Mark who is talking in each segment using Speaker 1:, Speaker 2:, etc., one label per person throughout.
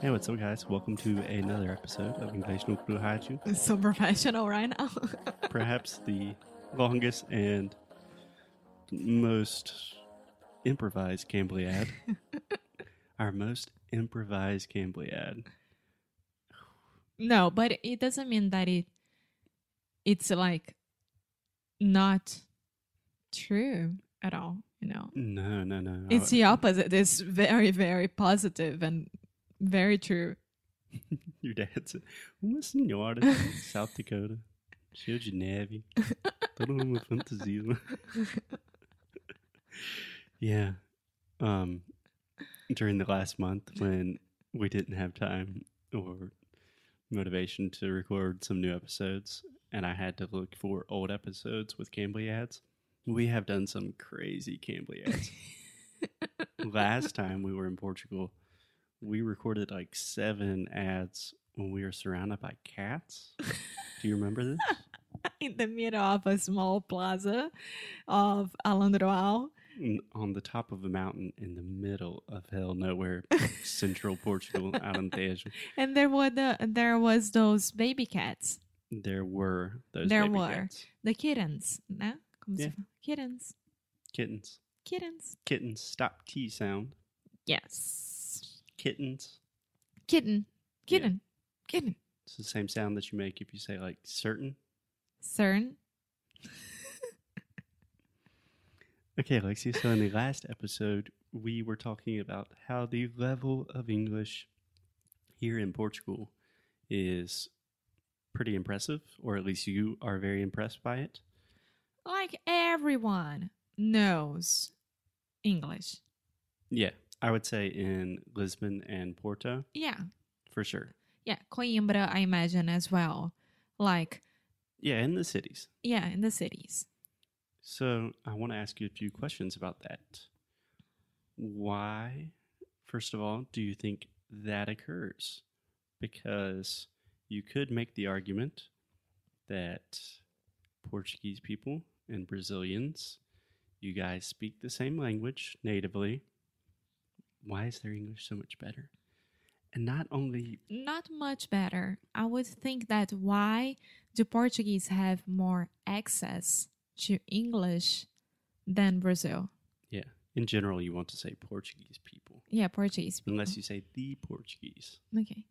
Speaker 1: Hey, what's up, guys? Welcome to another episode of Invasion Blue Haju.
Speaker 2: So professional right now.
Speaker 1: Perhaps the longest and most improvised Cambly ad. Our most improvised Cambly ad.
Speaker 2: no, but it doesn't mean that it it's like not true at all, you know.
Speaker 1: No, no, no.
Speaker 2: It's the opposite. It's very, very positive and very true.
Speaker 1: Your dad's uma senhora de South Dakota, cheio de neve, toda uma fantasia. yeah. Um, during the last month when we didn't have time or motivation to record some new episodes and I had to look for old episodes with Cambly ads, we have done some crazy Cambly ads last time we were in Portugal, we recorded like seven ads when we were surrounded by cats. Do you remember this?
Speaker 2: In the middle of a small plaza of Alandroal.
Speaker 1: N- On the top of a mountain in the middle of hell nowhere, central Portugal, Alentejo,
Speaker 2: And there were the there was those baby cats.
Speaker 1: there were those
Speaker 2: There
Speaker 1: baby
Speaker 2: were.
Speaker 1: cats.
Speaker 2: The kittens, né? Como se
Speaker 1: Yeah.
Speaker 2: fala? Kittens.
Speaker 1: Kittens.
Speaker 2: Kittens.
Speaker 1: Kittens. Stop T sound.
Speaker 2: Yes.
Speaker 1: Kittens.
Speaker 2: Kitten.
Speaker 1: Yeah.
Speaker 2: Kitten. Kitten.
Speaker 1: It's the same sound that you make if you say like certain.
Speaker 2: CERN.
Speaker 1: Okay, Alexia. So in the last episode, we were talking about how the level of English here in Portugal is pretty impressive, or at least you are very impressed by it.
Speaker 2: Like everyone knows English.
Speaker 1: Yeah, I would say in Lisbon and Porto
Speaker 2: Yeah.
Speaker 1: for sure.
Speaker 2: Yeah. Coimbra, I imagine as well. Like,
Speaker 1: Yeah, in the cities.
Speaker 2: yeah, in the cities.
Speaker 1: So I want to ask you a few questions about that. Why, first of all, do you think that occurs? Because you could make the argument that Portuguese people and Brazilians, you guys speak the same language natively. Why is their English so much better? And not only,
Speaker 2: Not much better. I would think that why do Portuguese have more access to English than Brazil?
Speaker 1: yeah, in general, you want to say Portuguese people,
Speaker 2: Yeah, Portuguese. people.
Speaker 1: unless you say the Portuguese.
Speaker 2: Okay.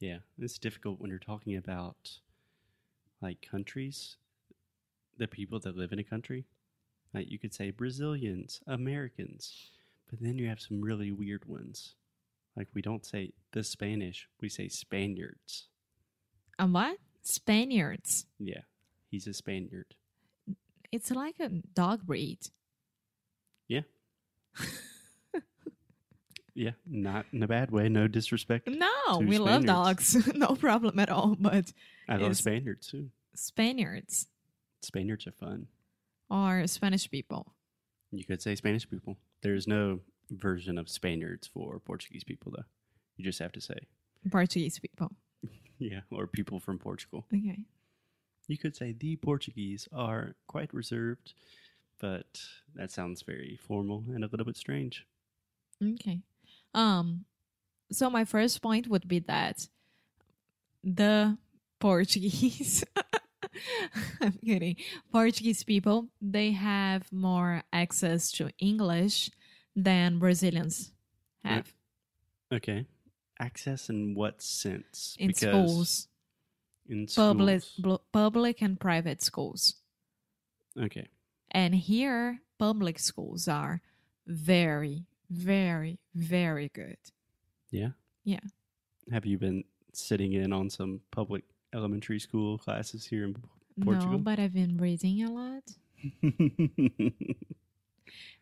Speaker 1: Yeah, it's difficult when you're talking about like countries, the people that live in a country. Like you could say Brazilians, Americans, but then you have some really weird ones. Like we don't say the Spanish, we say Spaniards.
Speaker 2: And what? Spaniards.
Speaker 1: Yeah, he's a Spaniard.
Speaker 2: It's like a dog breed.
Speaker 1: Yeah, Mm, not in a bad way, no disrespect.
Speaker 2: No,
Speaker 1: Two
Speaker 2: we love
Speaker 1: Spaniards.
Speaker 2: dogs. no problem at all. But
Speaker 1: I love
Speaker 2: is-
Speaker 1: Spaniards too.
Speaker 2: Spaniards
Speaker 1: Spaniards are fun.
Speaker 2: are Spanish people.
Speaker 1: You could say Spanish people. There's no version of Spaniards for Portuguese people though. You just have to say
Speaker 2: Portuguese people.
Speaker 1: Yeah, or people from Portugal.
Speaker 2: Okay.
Speaker 1: You could say the Portuguese are quite reserved, but that sounds very formal and a little bit strange.
Speaker 2: Okay. Um so my first point would be that the Portuguese I'm kidding. Portuguese people, they have more access to English than Brazilians have
Speaker 1: Okay. Access in what sense?
Speaker 2: in schools,
Speaker 1: In
Speaker 2: public
Speaker 1: schools.
Speaker 2: bl- public and private schools.
Speaker 1: Okay.
Speaker 2: And here public schools are very very very good.
Speaker 1: Yeah.
Speaker 2: Yeah.
Speaker 1: Have you been sitting in on some public elementary school classes here in
Speaker 2: No,
Speaker 1: Portugal?
Speaker 2: but I've been reading a lot.
Speaker 1: Portugal?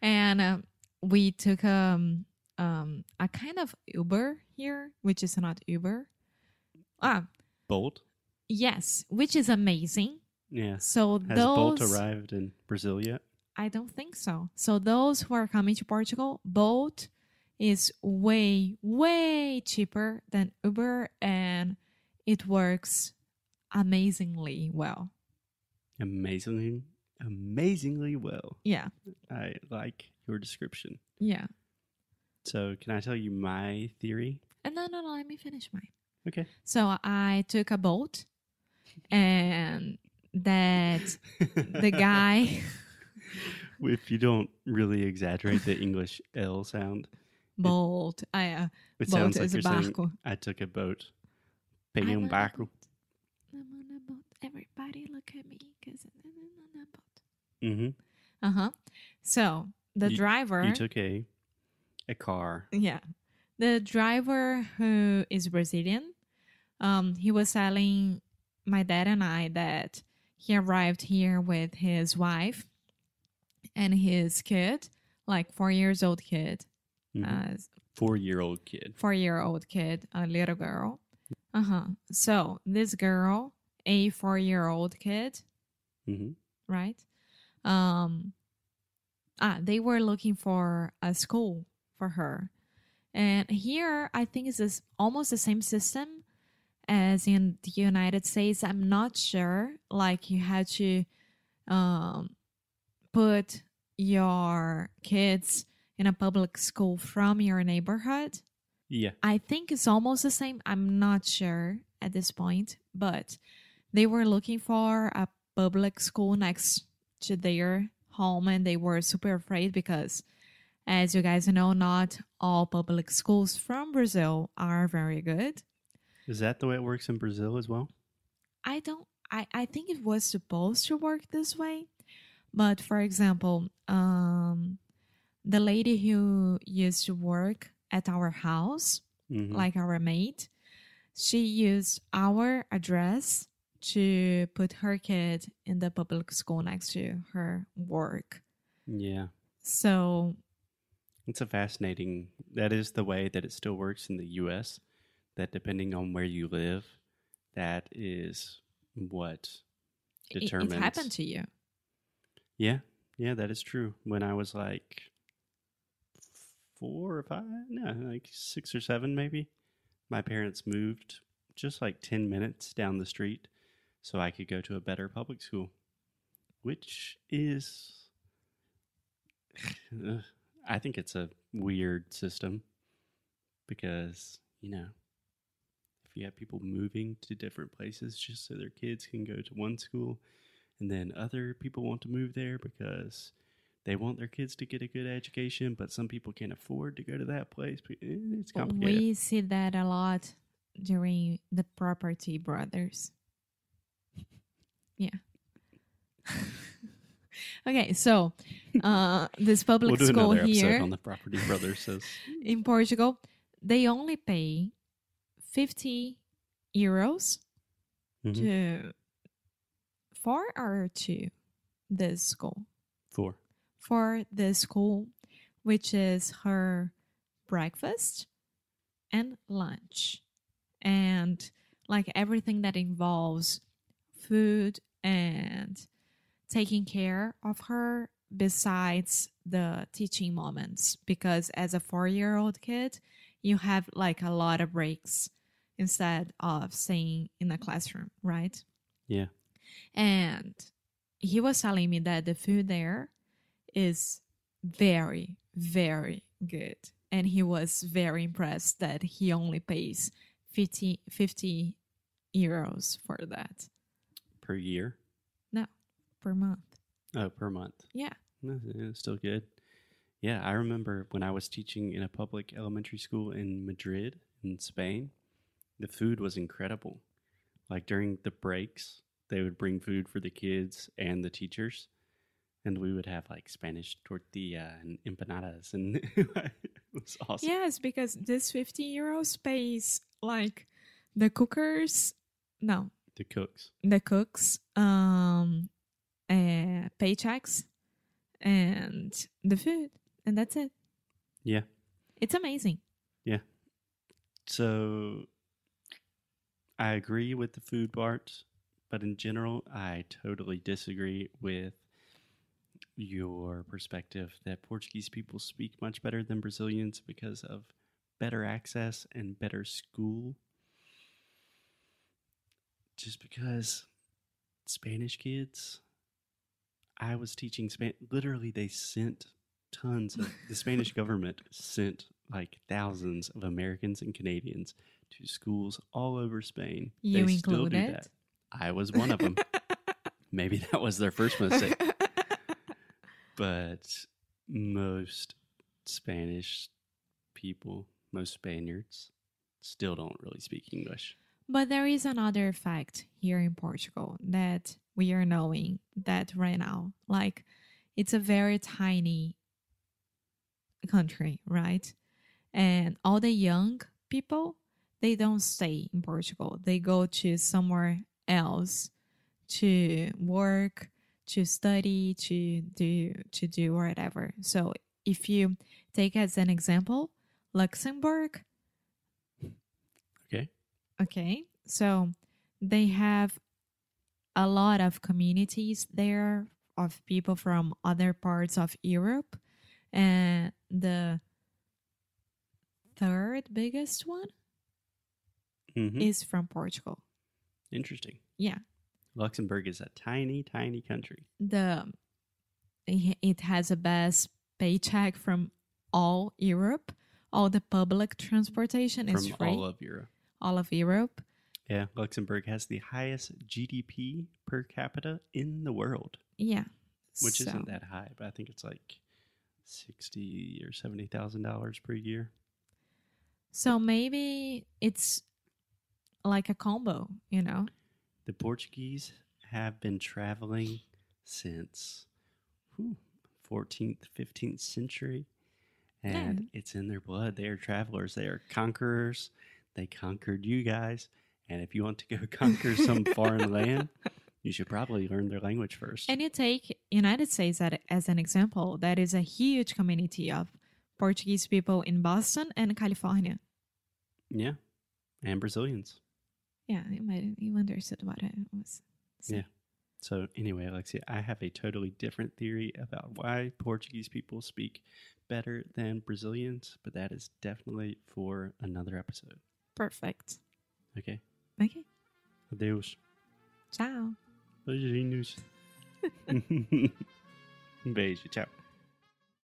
Speaker 2: and um, we took um um a kind of Uber here, which is not Uber. Ah,
Speaker 1: Bolt?
Speaker 2: yes, which is amazing.
Speaker 1: Yeah.
Speaker 2: So
Speaker 1: Has
Speaker 2: those
Speaker 1: Bolt arrived in Brazil yet?
Speaker 2: I don't think so. So those who are coming to Portugal, Bolt is way way cheaper than Uber, and it works amazingly well.
Speaker 1: Amazingly, amazingly well.
Speaker 2: Yeah,
Speaker 1: I like your description.
Speaker 2: yeah.
Speaker 1: So, can I tell you my theory
Speaker 2: Uh, No, no, no. Let me finish mine.
Speaker 1: Okay.
Speaker 2: So I took a boat, and that the guy
Speaker 1: if you don't really exaggerate the English L sound,
Speaker 2: boat. I uh,
Speaker 1: it
Speaker 2: boat
Speaker 1: sounds like
Speaker 2: is a
Speaker 1: you're saying,
Speaker 2: barco.
Speaker 1: I took a boat.
Speaker 2: I'm
Speaker 1: Peguei um
Speaker 2: on a
Speaker 1: barco.
Speaker 2: boat. I'm on a boat. Everybody look at me because I'm on a boat.
Speaker 1: hmm
Speaker 2: Uh huh. So the
Speaker 1: You-
Speaker 2: driver.
Speaker 1: You took a a car.
Speaker 2: Yeah. The driver who is Brazilian, um, he was telling my dad and I that he arrived here with his wife and his kid, like four years old kid,
Speaker 1: Mhm.
Speaker 2: uh,
Speaker 1: Four year old kid.
Speaker 2: four year old kid, a little girl. Uh huh. So this girl, a four year old kid,
Speaker 1: hmm
Speaker 2: right? Um, ah, they were looking for a school for her, and here I think is this almost the same system as in the United States. I'm not sure. Like you had to um, put your kids in a public school from your neighborhood.
Speaker 1: Yeah.
Speaker 2: I think it's almost the same. I'm not sure at this point, but they were looking for a public school next to their home and they were super afraid because, as you guys know, not all public schools from Brazil are very good.
Speaker 1: Is that the way it works in Brazil as well?
Speaker 2: I don't, I, I think it was supposed to work this way, but for example, um, the lady who used to work at our house
Speaker 1: Mhm.
Speaker 2: like our maid. She used our address to put her kid in the public school next to her work.
Speaker 1: yeah.
Speaker 2: So,
Speaker 1: It's a fascinating. That is the way that it still works in the U.S. That depending on where you live, that is what
Speaker 2: i-
Speaker 1: determines.
Speaker 2: it happened to you.
Speaker 1: Yeah, yeah, that is true. When I was like four or five, no, like six or seven, maybe, my parents moved just like 10 minutes down the street so I could go to a better public school, which is, Ugh, I think it's a weird system because, you know, if you have people moving to different places just so their kids can go to one school, and then other people want to move there because they want their kids to get a good education, but some people can't afford to go to that place. but, eh, It's complicated.
Speaker 2: We see that a lot during the property brothers. Yeah. okay, so uh, this public
Speaker 1: we'll do
Speaker 2: school
Speaker 1: another
Speaker 2: here.
Speaker 1: episode on the Property Brothers. Says
Speaker 2: in Portugal, they only pay 50 euros
Speaker 1: Mhm.
Speaker 2: to four or to this school
Speaker 1: four.
Speaker 2: for the school, which is her breakfast and lunch, and like everything that involves food and taking care of her besides the teaching moments because as a 4-year-old kid you have like a lot of breaks instead of staying in the classroom right
Speaker 1: Yeah.
Speaker 2: and he was telling me that the food there is very, very good. And he was very impressed that he only pays 50, 50 euros for that
Speaker 1: per year.
Speaker 2: per month.
Speaker 1: Oh, per month.
Speaker 2: Yeah.
Speaker 1: No, It's still good. Yeah, I remember when I was teaching in a public elementary school in Madrid, in Spain, the food was incredible. Like during the breaks, they would bring food for the kids and the teachers. And we would have like Spanish tortilla and empanadas. And it was awesome.
Speaker 2: Yes, because this 50 euros pays like the cookers, no,
Speaker 1: The cooks.
Speaker 2: the cooks, um, uh, paychecks, and the food. And that's it.
Speaker 1: Yeah.
Speaker 2: It's amazing.
Speaker 1: So I agree with the food part, but in general, I totally disagree with your perspective that Portuguese people speak much better than Brazilians because of better access and better school. Just because Spanish kids, I was teaching Spanish, literally, they sent tons of the Spanish government sent like thousands of Americans and Canadians to schools all over Spain.
Speaker 2: You
Speaker 1: they still do
Speaker 2: included?
Speaker 1: that. I was one of them. Maybe that was their first mistake, but most Spanish people, most Spaniards, still don't really speak English.
Speaker 2: But there is another fact here in Portugal that we are knowing that right now, like it's a very tiny country, right? And all the young people, they don't stay in Portugal. They go to somewhere else to work, to study, to do to do whatever. So if you take as an example Luxembourg,
Speaker 1: Okay.
Speaker 2: Okay. So they have a lot of communities there of people from other parts of Europe. And the third biggest one
Speaker 1: hmm
Speaker 2: is from Portugal.
Speaker 1: Interesting.
Speaker 2: Mm-hmm. Yeah.
Speaker 1: Luxembourg is a tiny, tiny country.
Speaker 2: The it it has the best paycheck from all Europe. All the public transportation is
Speaker 1: from
Speaker 2: free.
Speaker 1: all of Europe.
Speaker 2: all of Europe.
Speaker 1: Yeah, Luxembourg has the highest GDP per capita in the world,
Speaker 2: Yeah.
Speaker 1: which
Speaker 2: So-
Speaker 1: isn't that high, but I think it's like sixty or seventy thousand dollars per year.
Speaker 2: So maybe it's like a combo, you know?
Speaker 1: The Portuguese have been traveling since fourteenth, fifteenth century, and it's in their blood. They are travelers. They are conquerors. They conquered you guys, and if you want to go conquer some foreign land, you should probably learn their language first.
Speaker 2: And you take United States at, as an example. That is a huge community of Portuguese people in Boston and California.
Speaker 1: yeah, and Brazilians.
Speaker 2: Yeah, you, might, you understood what I was saying.
Speaker 1: So anyway, Alexia, I have a totally different theory about why Portuguese people speak better than Brazilians, but that is definitely for another episode.
Speaker 2: Perfect.
Speaker 1: Okay.
Speaker 2: Okay,
Speaker 1: Adeus.
Speaker 2: ciao.
Speaker 1: Beijinhos. Um Beijo. Tchau.